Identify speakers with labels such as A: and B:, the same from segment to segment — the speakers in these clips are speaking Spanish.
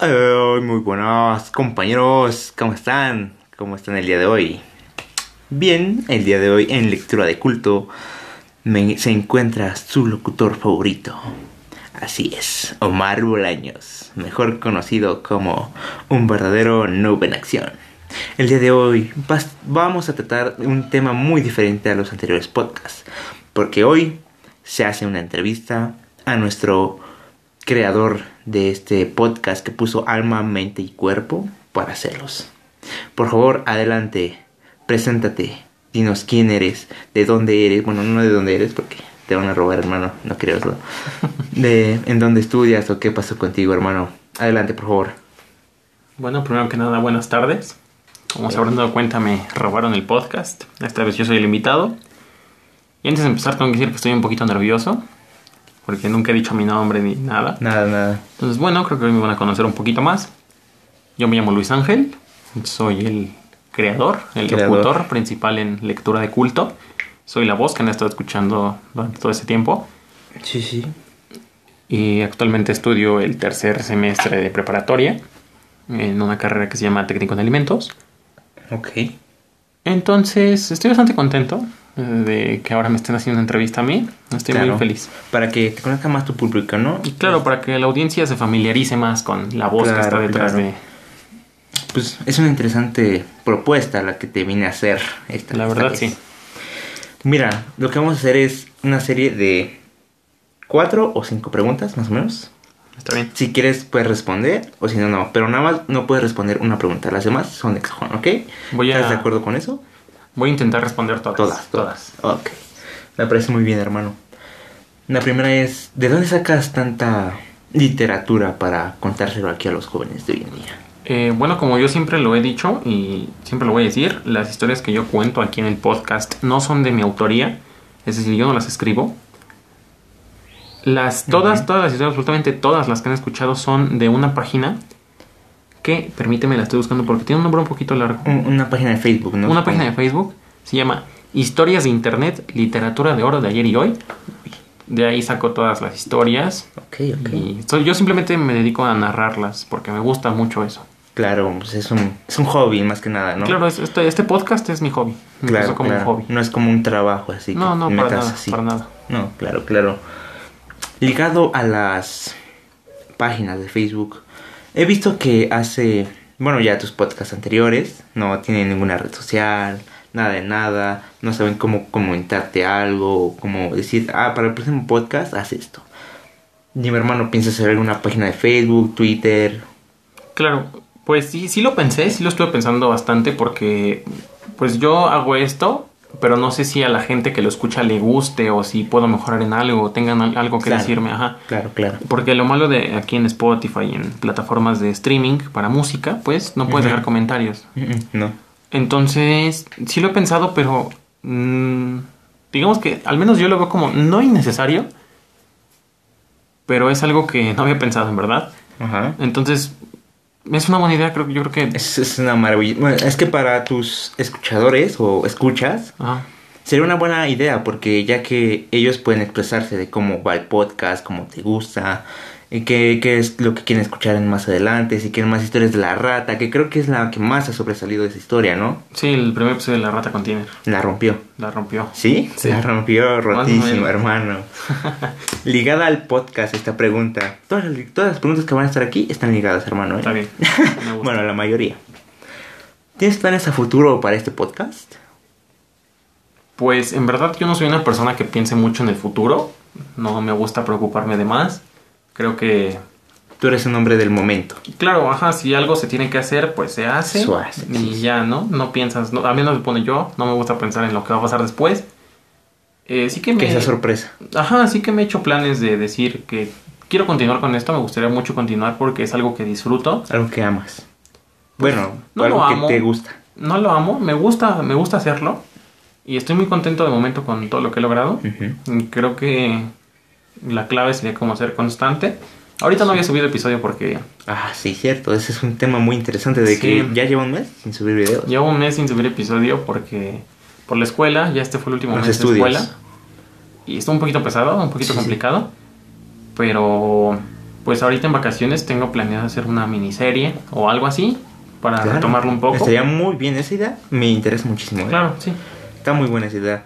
A: Hola, muy buenos compañeros, ¿cómo están? ¿Cómo están el día de hoy? Bien, el día de hoy en lectura de culto me- se encuentra su locutor favorito. Así es, Omar Bolaños, mejor conocido como un verdadero noob en acción. El día de hoy vas- vamos a tratar un tema muy diferente a los anteriores podcasts, porque hoy se hace una entrevista a nuestro creador de este podcast que puso alma, mente y cuerpo para hacerlos. Por favor, adelante, preséntate, dinos quién eres, de dónde eres, bueno, no de dónde eres porque te van a robar, hermano, no creo eso. De en dónde estudias o qué pasó contigo, hermano. Adelante, por favor.
B: Bueno, primero que nada, buenas tardes. Como se habrán dado cuenta, me robaron el podcast. Esta vez yo soy el invitado. Y antes de empezar, tengo que decir que estoy un poquito nervioso. Porque nunca he dicho mi nombre ni nada.
A: Nada, nada.
B: Entonces, bueno, creo que hoy me van a conocer un poquito más. Yo me llamo Luis Ángel. Soy el creador, el
A: Creador.
B: locutor principal en lectura de culto. Soy la voz que han estado escuchando durante todo este tiempo.
A: Sí, sí.
B: Y actualmente estudio el tercer semestre de preparatoria en una carrera que se llama Técnico en Alimentos.
A: Ok.
B: Entonces, estoy bastante contento eh, de que ahora me estén haciendo una entrevista a mí. Estoy
A: Claro.
B: muy feliz.
A: Para que te conozca más tu público, ¿no?
B: Y claro, para que la audiencia se familiarice más con la voz
A: Claro,
B: que está detrás
A: claro.
B: de...
A: Pues es una interesante propuesta la que te vine a hacer. Esta,
B: La
A: esta
B: verdad,
A: vez.
B: sí.
A: Mira, lo que vamos a hacer es una serie de cuatro o cinco preguntas, más o menos.
B: Está bien.
A: Si quieres, puedes responder, o si no, no. Pero nada más no puedes responder una pregunta. Las demás son de cajón, ¿ok?
B: Voy a-
A: ¿Estás de acuerdo con eso?
B: Voy a intentar responder todas.
A: Todas, todas. Ok. Me parece muy bien, hermano. La primera es, ¿de dónde sacas tanta literatura para contárselo aquí a los jóvenes de hoy en día?
B: Eh, bueno, como yo siempre lo he dicho y siempre lo voy a decir, las historias que yo cuento aquí en el podcast no son de mi autoría, es decir, yo no las escribo. Las, todas,
A: Ujú.
B: todas las historias, absolutamente todas las que han escuchado son de una página que, permíteme, la estoy buscando porque tiene un nombre un poquito largo.
A: Un- una página de Facebook, ¿no?
B: Una página de Facebook se llama Historias de Internet, Literatura de Oro de ayer y hoy. De ahí saco todas las historias
A: Ok, ok.
B: y so- yo simplemente me dedico a narrarlas porque me gusta mucho eso.
A: Claro, pues es un, es un hobby más que nada, ¿no?
B: Claro, es- este, este podcast es mi hobby. Me
A: Claro,
B: empezó como
A: claro.
B: un hobby.
A: No es como un trabajo así.
B: No,
A: que
B: no, para
A: metas
B: nada,
A: así.
B: para nada.
A: No, claro, claro. Ligado a las páginas de Facebook, he visto que hace, bueno, ya tus podcasts anteriores no tienen ninguna red social, nada de nada, no saben cómo comentarte algo, o cómo decir, ah, para el próximo podcast haz esto. Ni mi hermano piensa hacer alguna página de Facebook, Twitter.
B: Claro, pues sí, sí lo pensé, sí lo estuve pensando bastante porque pues yo hago esto, pero no sé si a la gente que lo escucha le guste o si puedo mejorar en algo, tengan al- algo que
A: Claro.
B: decirme, ajá.
A: Claro, claro.
B: Porque lo malo de aquí en Spotify y en plataformas de streaming para música, pues no puedes
A: Ujú.
B: dejar comentarios.
A: Mm, mm, No.
B: Entonces, sí lo he pensado, pero mm, digamos que al menos yo lo veo como no innecesario, pero es algo que no había pensado en verdad.
A: Ajá.
B: Entonces, es una buena idea, creo que yo creo que...
A: Es, es una maravilla. Bueno, es que para tus escuchadores o escuchas,
B: Ajá.
A: sería una buena idea porque ya que ellos pueden expresarse de cómo va el podcast, cómo te gusta, y qué, qué es lo que quieren escuchar en más adelante, si quieren más historias de la rata, que creo que es la que más ha sobresalido de esa historia, ¿no?
B: Sí, el primer episodio de La Rata Container.
A: La rompió.
B: La rompió.
A: ¿Sí?
B: Sí.
A: La rompió
B: o
A: rotísimo,
B: menos.
A: hermano. Ligada al podcast esta pregunta. Todas, las- todas las preguntas que van a estar aquí están ligadas, hermano. ¿eh?
B: Está bien. Me gusta.
A: Bueno, la mayoría. ¿Tienes planes a futuro para este podcast?
B: Pues en verdad yo no soy una persona que piense mucho en el futuro. No me gusta preocuparme de más. Creo que
A: Tú eres un hombre del momento.
B: Claro, ajá, si algo se tiene que hacer, pues se hace.
A: Se hace,
B: y
A: sí, sí.
B: ya, ¿no? No piensas, no, al menos me pone yo, no me gusta pensar en lo que va a pasar después. Eh, sí que me...
A: Que esa sorpresa.
B: Ajá, sí que me he hecho planes de decir que quiero continuar con esto, me gustaría mucho continuar porque es algo que disfruto.
A: Algo que amas. Bueno,
B: Pues, no
A: algo
B: lo
A: que
B: amo.
A: te gusta.
B: No lo amo, me gusta, me gusta hacerlo. Y estoy muy contento de momento con todo lo que he logrado.
A: Ujú.
B: Y Creo que la clave sería como ser constante. Ahorita no había subido episodio porque
A: Ah, sí, cierto. Ese es un tema muy interesante de
B: Sí.
A: que ya lleva un mes sin subir videos.
B: Llevo un mes sin subir episodio porque por la escuela, ya este fue el último
A: Los
B: mes
A: estudios.
B: de escuela. Y está un poquito pesado, un poquito
A: Sí, sí.
B: complicado. Pero Pues ahorita en vacaciones tengo planeado hacer una miniserie o algo así para
A: Claro.
B: retomarlo un poco.
A: Estaría muy bien esa idea. Me interesa muchísimo. ¿eh?
B: Claro, sí.
A: Está muy buena esa idea.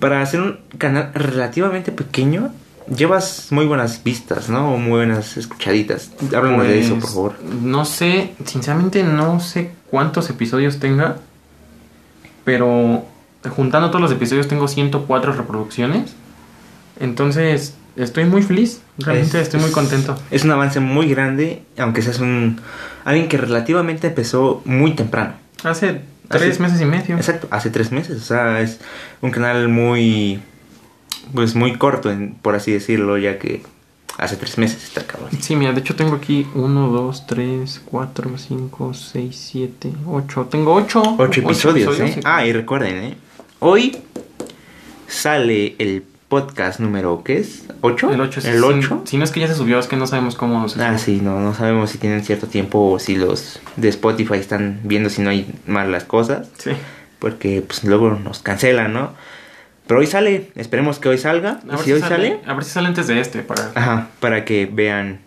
A: Para hacer un canal relativamente pequeño, llevas muy buenas vistas, ¿no? O muy buenas escuchaditas. Háblanos de eso, por
B: Pues,
A: favor.
B: No sé, sinceramente no sé cuántos episodios tenga, pero juntando todos los episodios tengo 104 reproducciones. Entonces, estoy muy feliz, realmente
A: Es-
B: estoy muy
A: es-
B: contento.
A: Es un avance muy grande, aunque seas un alguien que relativamente empezó muy temprano.
B: Hace tres
A: Hace-
B: meses y medio.
A: Exacto, hace tres meses. O sea, es un canal muy, pues muy corto, en- por así decirlo, ya que hace tres meses está cabrón.
B: Sí, mira, de hecho tengo aquí 1, 2, 3, 4, 5, 6, 7, 8. Tengo 8.
A: Ocho episodios, ¿eh? Ah, y recuerden, ¿eh? Hoy sale el podcast número, ¿qué es? ¿Ocho?
B: El 8.
A: ¿El ocho?
B: Si no es que ya se subió, es que no sabemos cómo nos
A: Ah, sí, no, no sabemos si tienen cierto tiempo o si los de Spotify están viendo si no hay mal las cosas.
B: Sí.
A: Porque pues luego nos cancelan, ¿no? Pero hoy sale, esperemos que hoy salga.
B: A ver
A: si hoy sale,
B: A ver si sale antes de este. Para...
A: ajá, para que vean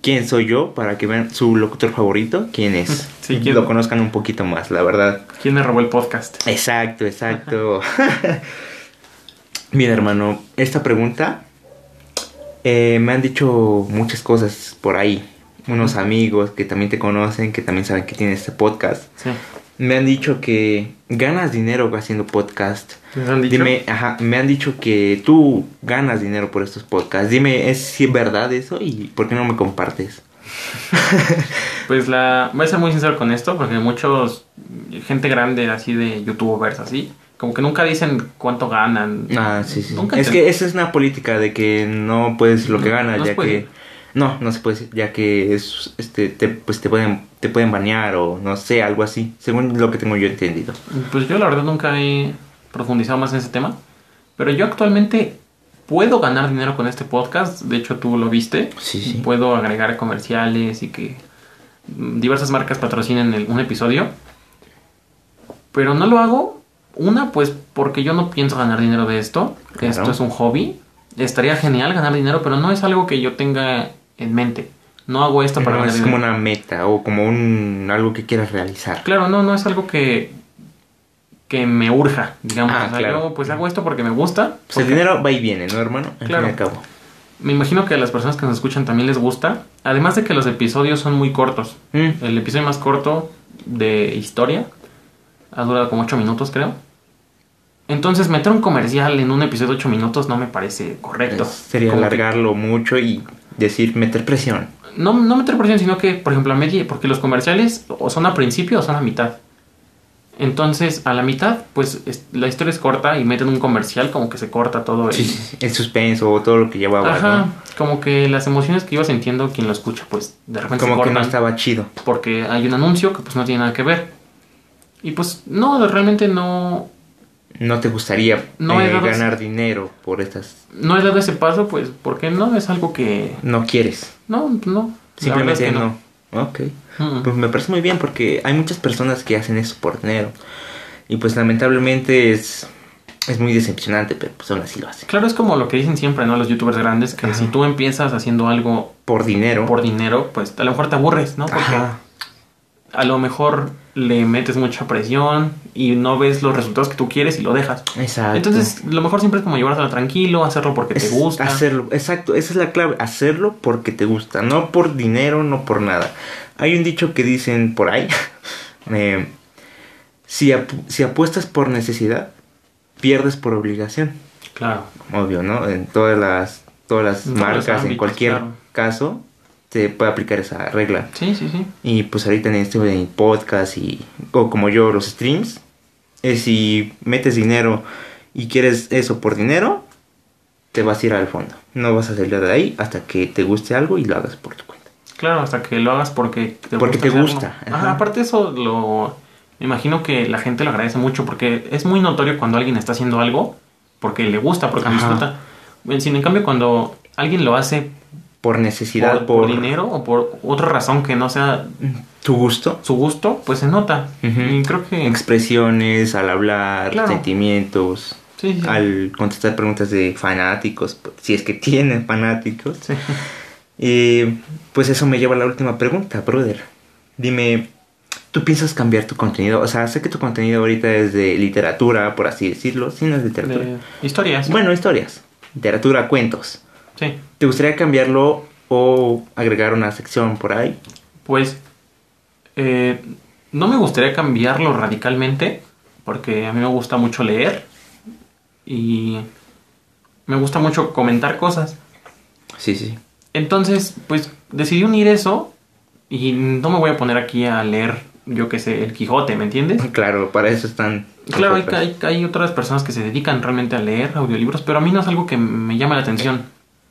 A: quién soy yo, para que vean su locutor favorito, quién es.
B: Sí, quién-
A: Lo conozcan un poquito más, la verdad.
B: ¿Quién me robó el podcast?
A: Exacto, exacto. Bien, hermano, esta pregunta eh, me han dicho muchas cosas por ahí. Unos amigos que también te conocen, que también saben que tienes este podcast.
B: Sí.
A: Me han dicho que ganas dinero haciendo podcast.
B: ¿Les han dicho?
A: Dime, ajá, me han dicho que tú ganas dinero por estos podcasts. Dime, ¿es si es verdad eso y por qué no me compartes?
B: Pues la... Voy a ser muy sincero con esto porque muchos... Gente grande así de youtubers así. Como que nunca dicen cuánto ganan.
A: Ah, sí, sí.
B: Nunca
A: es
B: te-
A: que esa es una política de que no puedes lo que ganas,
B: No se
A: ya
B: puede.
A: que no, no se puede, decir, ya que es este te, pues te pueden te pueden banear o no sé, algo así, según lo que tengo yo entendido.
B: Pues yo la verdad nunca he profundizado más en ese tema. Pero yo actualmente puedo ganar dinero con este podcast. De hecho, tú lo viste.
A: Sí, sí.
B: Puedo agregar comerciales y que mm, diversas marcas patrocinen el- un episodio. Pero no lo hago. Una, pues porque yo no pienso ganar dinero de esto. que
A: Claro.
B: Esto es un hobby. Estaría genial ganar dinero, pero no es algo que yo tenga en mente. No hago esto para
A: No,
B: ganar
A: es
B: dinero.
A: como una meta o como un algo que quieras realizar.
B: Claro, no, no es algo que que me urja, digamos.
A: Ah,
B: o sea,
A: claro.
B: yo pues hago esto porque me gusta.
A: Pues el
B: porque
A: dinero va y viene, ¿no, hermano? Al fin y
B: Claro.
A: al cabo.
B: Me imagino que a las personas que nos escuchan también les gusta. Además de que los episodios son muy cortos.
A: Mm.
B: El episodio más corto de historia ha durado como 8 minutos, creo. Entonces, meter un comercial en un episodio de 8 minutos no me parece correcto.
A: Es- sería
B: Como que-
A: alargarlo mucho y decir meter presión.
B: no, no meter presión, sino que, por ejemplo, a media, porque los comerciales o son a principio o son a mitad. Entonces, a la mitad, pues es- la historia es corta y meten un comercial, como que se corta todo el-
A: Sí, sí, sí, el suspenso o todo lo que llevaba,
B: Ajá,
A: ¿no?
B: como que las emociones que ibas sintiendo quien lo escucha, pues de repente se
A: Como que
B: cortan
A: no estaba chido.
B: porque hay un anuncio que pues no tiene nada que ver. Y pues no, realmente no,
A: no te gustaría
B: No
A: eh,
B: he dado
A: ganar dinero por estas.
B: no he dado ese paso, pues porque no es algo que...
A: No quieres.
B: No, no. la verdad es
A: Simplemente
B: que
A: no. Ok.
B: Mm.
A: Pues me parece muy bien porque hay muchas personas que hacen eso por dinero. Y pues lamentablemente es, es muy decepcionante, pero pues aún así lo hacen.
B: Claro, es como lo que dicen siempre, ¿no? Los youtubers grandes, que
A: Ajá.
B: si tú empiezas haciendo algo
A: Por dinero.
B: por dinero, pues a lo mejor te aburres, ¿no? Porque
A: Ajá.
B: a lo mejor le metes mucha presión y no ves los resultados que tú quieres y lo dejas.
A: Exacto.
B: Entonces, lo mejor siempre es como llevárselo tranquilo, hacerlo porque
A: Es
B: te gusta.
A: Hacerlo, exacto, esa es la clave, hacerlo porque te gusta, no por dinero, no por nada. Hay un dicho que dicen por ahí, eh, si, apu- si apuestas por necesidad, pierdes por obligación.
B: Claro.
A: obvio, ¿no? En todas las, todas las
B: En todos los
A: marcas, en
B: ámbitos,
A: cualquier
B: claro.
A: caso, se puede aplicar esa regla.
B: Sí, sí, sí.
A: Y pues ahorita en este podcast y, o como yo, los streams, es si metes dinero y quieres eso por dinero, te vas a ir al fondo. No vas a salir de ahí hasta que te guste algo y lo hagas por tu cuenta.
B: Claro, hasta que lo hagas porque te
A: Porque te
B: hacerlo.
A: gusta,
B: Ajá,
A: ajá.
B: aparte eso lo me imagino que la gente lo agradece mucho porque es muy notorio cuando alguien está haciendo algo porque le gusta, porque
A: Ajá.
B: disfruta. Bueno, Sin en cambio cuando alguien lo hace
A: Por necesidad,
B: por, por dinero o por otra razón que no sea
A: tu gusto,
B: su gusto, pues se nota.
A: Ujú.
B: Y creo que
A: expresiones, al hablar,
B: Claro.
A: sentimientos,
B: sí, sí,
A: al contestar preguntas de fanáticos, si es que tienen fanáticos.
B: sí.
A: Y pues eso me lleva a la última pregunta, brother. Dime, ¿tú piensas cambiar tu contenido? O sea, sé que tu contenido ahorita es de literatura, por así decirlo, sí, no es literatura.
B: De historias.
A: Bueno, historias, literatura, cuentos.
B: Sí.
A: ¿Te gustaría cambiarlo o agregar una sección por ahí?
B: Pues eh, no me gustaría cambiarlo radicalmente porque a mí me gusta mucho leer y me gusta mucho comentar cosas.
A: Sí, sí.
B: Entonces, pues decidí unir eso y no me voy a poner aquí a leer, yo qué sé, el Quijote, ¿me entiendes?
A: Claro, para eso están.
B: Claro, hay,
A: nosotras.
B: hay- hay otras personas que se dedican realmente a leer audiolibros, pero a mí no es algo que me llame la atención.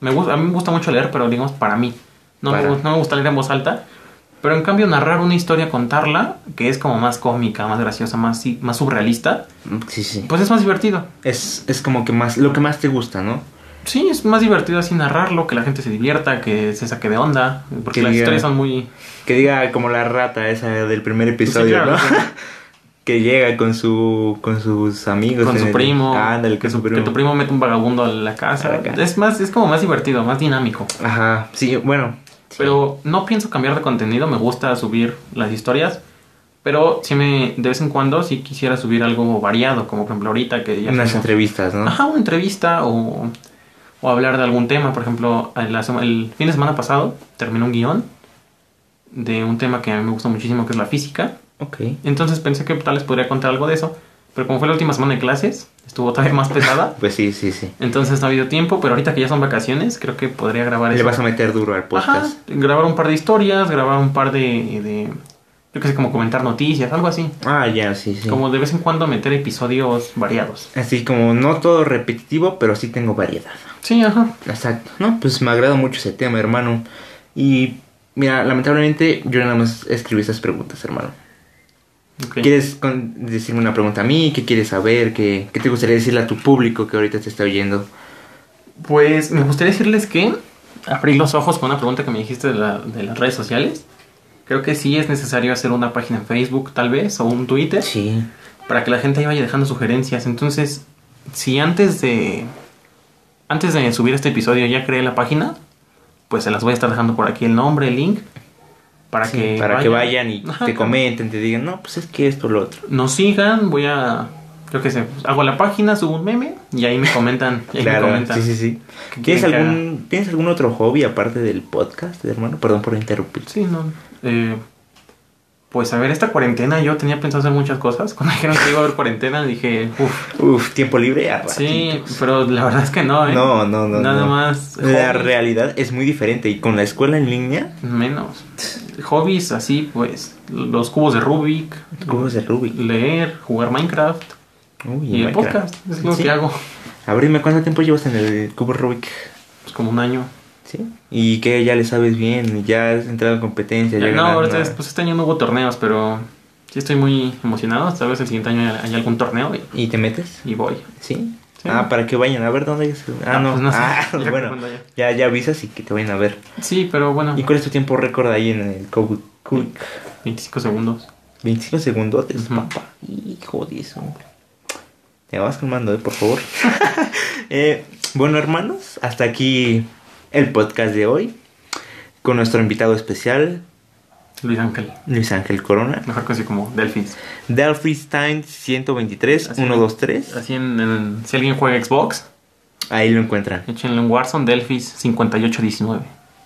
B: Me gusta, a mí me gusta mucho leer, pero digamos para mí. No,
A: Para.
B: Me, gu- no me gusta leer en voz alta, pero en cambio narrar una historia, contarla, que es como más cómica, más graciosa, más, sí- más surrealista,
A: Sí, sí.
B: pues es más divertido.
A: Es, es como que más, lo que más te gusta, ¿no?
B: Sí, es más divertido así narrarlo, que la gente se divierta, que se saque de onda, porque
A: Que
B: las
A: diga-
B: historias son muy... pues,
A: Que diga como la rata esa del primer
B: Sí,
A: episodio,
B: claro,
A: ¿no?
B: sí.
A: que llega con su con sus amigos.
B: con
A: en
B: su
A: el-
B: primo,
A: Ándale,
B: que,
A: con su
B: su- que
A: primo.
B: tu primo mete un vagabundo a la casa.
A: A la casa.
B: Es más, es como más divertido, más dinámico.
A: Ajá, sí, bueno. sí.
B: Pero no pienso cambiar de contenido, me gusta subir las historias, pero sí me, de vez en cuando sí quisiera subir algo variado, como por ejemplo ahorita que ya...
A: Unas
B: tengo-
A: entrevistas, ¿no?
B: Ajá, una entrevista o, o hablar de algún tema. Por ejemplo, en la sema- el fin de semana pasado terminé un guión de un tema que a mí me gusta muchísimo, que es la física.
A: Ok.
B: Entonces pensé que tal vez podría contar algo de eso, pero como fue la última semana de clases, estuvo todavía más pesada.
A: Pues sí, sí, sí.
B: Entonces no ha habido tiempo, pero ahorita que ya son vacaciones, creo que podría grabar
A: Le
B: eso.
A: vas a meter duro al
B: Ajá,
A: podcast.
B: grabar un par de historias, grabar un par de, de yo qué sé, como comentar noticias, algo así.
A: Ah, ya, sí, sí.
B: Como de vez en cuando meter episodios variados.
A: Así como no todo repetitivo, pero sí tengo variedad.
B: Sí, ajá.
A: Exacto. No, pues me agrada mucho ese tema, hermano. Y mira, lamentablemente yo nada más escribí esas preguntas, hermano.
B: Ok.
A: ¿Quieres con- decirme una pregunta a mí? ¿Qué quieres saber? ¿Qué, qué te gustaría decirle a tu público que ahorita te está oyendo?
B: Pues me gustaría decirles que abrí los ojos con una pregunta que me dijiste de, la- de las redes sociales. Creo que sí es necesario hacer una página en Facebook, tal vez, o un Twitter.
A: Sí.
B: para que la gente ahí vaya dejando sugerencias. Entonces, si antes de antes de subir este episodio ya creé la página, pues se las voy a estar dejando por aquí el nombre, el link, para
A: Sí,
B: que
A: para que vayan y
B: Ajá,
A: te
B: claro.
A: comenten, te digan, no, pues es que esto lo otro.
B: Nos sigan, voy a yo qué sé, hago la página, subo un meme y ahí me comentan, y ahí me comentan.
A: sí, sí, sí.
B: ¿Qué
A: ¿Tienes
B: quieren que
A: algún, ¿Tienes algún otro hobby aparte del podcast, hermano? Perdón por interrumpir.
B: Sí, no. eh, pues a ver, esta cuarentena yo tenía pensado hacer muchas cosas. Cuando dijeron que iba a haber cuarentena, dije, uff,
A: Uf, tiempo libre. a
B: sí,
A: ratitos.
B: pero la verdad es que no, ¿eh?
A: No, no, no.
B: Nada
A: no.
B: más.
A: La
B: hobbies.
A: realidad es muy diferente y con la escuela en línea,
B: Menos. Hobbies así, pues, los cubos de Rubik,
A: cubos de Rubik.
B: leer, jugar Minecraft
A: Uy,
B: y, el
A: Minecraft.
B: podcast. Es lo
A: Sí.
B: que hago.
A: A ver, dime, ¿cuánto tiempo llevas en el cubo Rubik?
B: Pues como un año.
A: ¿Sí? Y que ya le sabes bien, ya has entrado en competencia. Ya,
B: no,
A: ganas,
B: ahorita,
A: nada.
B: es- pues este año no hubo torneos, pero sí estoy muy emocionado. Tal vez el siguiente año hay algún torneo y,
A: ¿Y te metes?
B: y voy.
A: ¿Sí?
B: pues, Sí.
A: Ah, para que vayan a ver dónde es. Ah,
B: Ah,
A: no.
B: pues no sé.
A: Ah,
B: Ya que
A: bueno.
B: cuando haya.
A: Ya, ya avisas y que te vayan a ver.
B: Sí, pero bueno,
A: ¿Y cuál es tu tiempo récord ahí en el cubo Rubik?
B: 25 segundos.
A: 25 segundotes,
B: Ujú.
A: papá. Hijo de eso, hombre. Te vas calmando, eh, por favor. Eh, bueno, hermanos, hasta aquí el podcast de hoy. Con nuestro invitado especial,
B: Luis Ángel,
A: Luis Ángel Corona.
B: mejor conocido como Delfis.
A: Delphi Stein 123,
B: Así
A: 123.
B: Así en, en- si alguien juega Xbox,
A: Ahí lo encuentran.
B: échenle un Warzone Delfis 5819.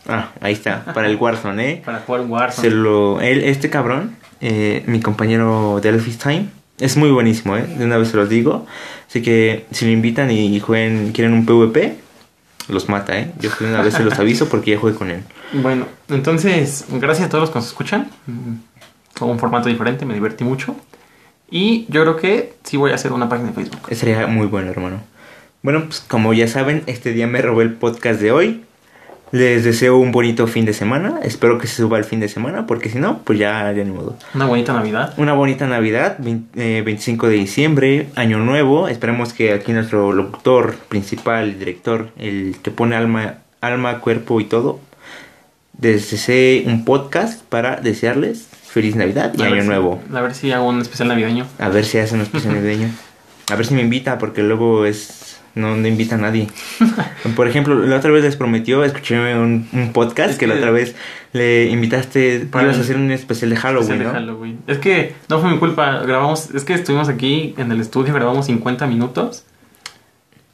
A: Ah, ahí está. Para el Warzone, eh.
B: Para jugar
A: Se
B: Warzone.
A: lo, él, este cabrón, eh, mi compañero de Elfis Time, es muy buenísimo, ¿eh? De una vez se los digo. Así que si lo invitan y jueguen, quieren un PvP, los mata, ¿eh? Yo de una vez se los aviso porque ya jugué con él.
B: Bueno, entonces, gracias a todos los que nos escuchan. Mm, Fue un formato diferente, me divertí mucho. Y yo creo que sí voy a hacer una página de Facebook.
A: Sería muy bueno, hermano. Bueno, pues como ya saben, este día me robé el podcast de hoy. Les deseo un bonito fin de semana. Espero que se suba el fin de semana porque si no, pues ya, ya ni modo.
B: Una bonita Navidad.
A: Una bonita Navidad, vein- eh, 25 de diciembre, Año Nuevo. Esperemos que aquí nuestro locutor principal, director, el que pone alma, alma cuerpo y todo, les desee un podcast para desearles feliz Navidad y
B: A ver
A: Año
B: si-
A: Nuevo.
B: A ver si hago un especial navideño.
A: A ver si hacen los navideño. A ver si me invita, porque luego es No, no invita a nadie. Por ejemplo, la otra vez les prometió, escuché un, un podcast
B: Es
A: que, la
B: que-
A: otra vez le invitaste,
B: Para-
A: ibas a hacer un especial de Halloween,
B: especial de
A: ¿no?
B: Halloween. Es que no fue mi culpa, grabamos, es que estuvimos aquí en el estudio, grabamos 50 minutos,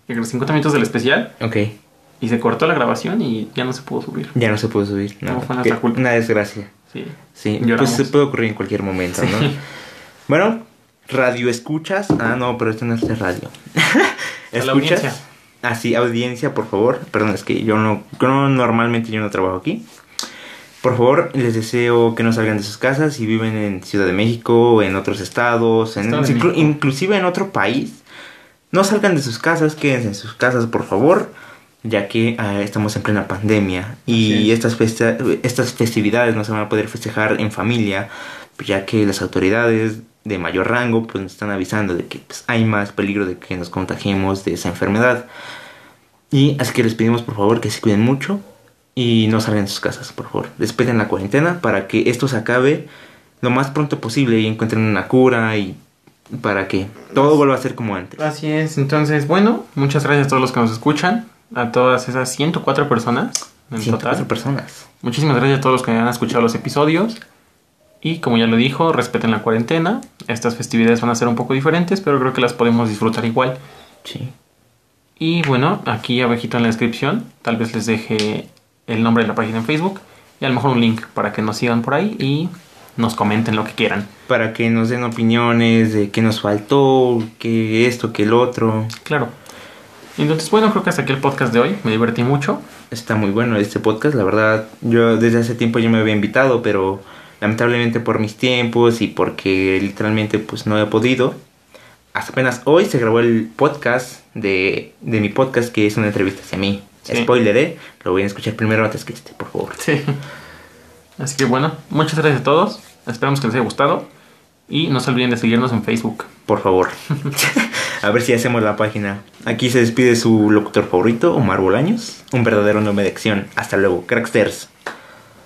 B: y los 50 minutos del especial,
A: Ok,
B: y se cortó la grabación y ya no se pudo subir.
A: ya no se pudo subir.
B: No,
A: nada.
B: fue nuestra
A: Que-
B: culpa.
A: Una desgracia.
B: Sí.
A: Sí,
B: Lloramos.
A: pues se puede ocurrir en cualquier momento, ¿no? Bueno, radio escuchas. Ah, no, pero esto no es de radio.
B: A la audiencia.
A: Ah, sí, audiencia, por favor. Perdón, es que yo no, yo no- normalmente yo no trabajo aquí. Por favor, les deseo que no salgan de sus casas si viven en Ciudad de México, en otros estados, en,
B: Estado de
A: inclu-
B: México.
A: inclusive en otro país. No salgan de sus casas, quédense en sus casas, por favor, ya que ah, estamos en plena pandemia
B: Así
A: y
B: es.
A: estas, festa- estas festividades no se van a poder festejar en familia, ya que las autoridades de mayor rango pues, nos están avisando de que pues, hay más peligro de que nos contagiemos de esa enfermedad. Y así que les pedimos por favor que se cuiden mucho y no salgan de sus casas, por favor. Respeten la cuarentena para que esto se acabe lo más pronto posible y encuentren una cura y para que todo vuelva a ser como antes.
B: Así es, entonces, bueno, muchas gracias a todos los que nos escuchan, a todas esas 104 personas en
A: 104
B: total.
A: personas.
B: Muchísimas gracias a todos los que han escuchado los episodios. Y como ya lo dijo, respeten la cuarentena. Estas festividades van a ser un poco diferentes, pero creo que las podemos disfrutar igual.
A: Sí.
B: Y bueno, aquí abajito en la descripción, tal vez les deje el nombre de la página en Facebook y a lo mejor un link para que nos sigan por ahí y nos comenten lo que quieran.
A: Para que nos den opiniones de qué nos faltó, que esto, que el otro.
B: Claro. Entonces, bueno, creo que hasta aquí el podcast de hoy. Me divertí mucho.
A: Está muy bueno este podcast, la verdad. Yo desde hace tiempo yo me había invitado, pero lamentablemente por mis tiempos y porque literalmente pues no he podido. Hasta apenas hoy se grabó el podcast de, de mi podcast que es una entrevista hacia mí.
B: Sí.
A: Spoiler, ¿eh? Lo voy a escuchar primero antes que este, por favor.
B: Sí. Así que bueno, muchas gracias a todos. Esperamos que les haya gustado. Y no se olviden de seguirnos en Facebook.
A: Por favor. a ver si hacemos la página. Aquí se despide su locutor favorito, Omar Bolaños. Un verdadero nombre de acción. Hasta luego, cracksters.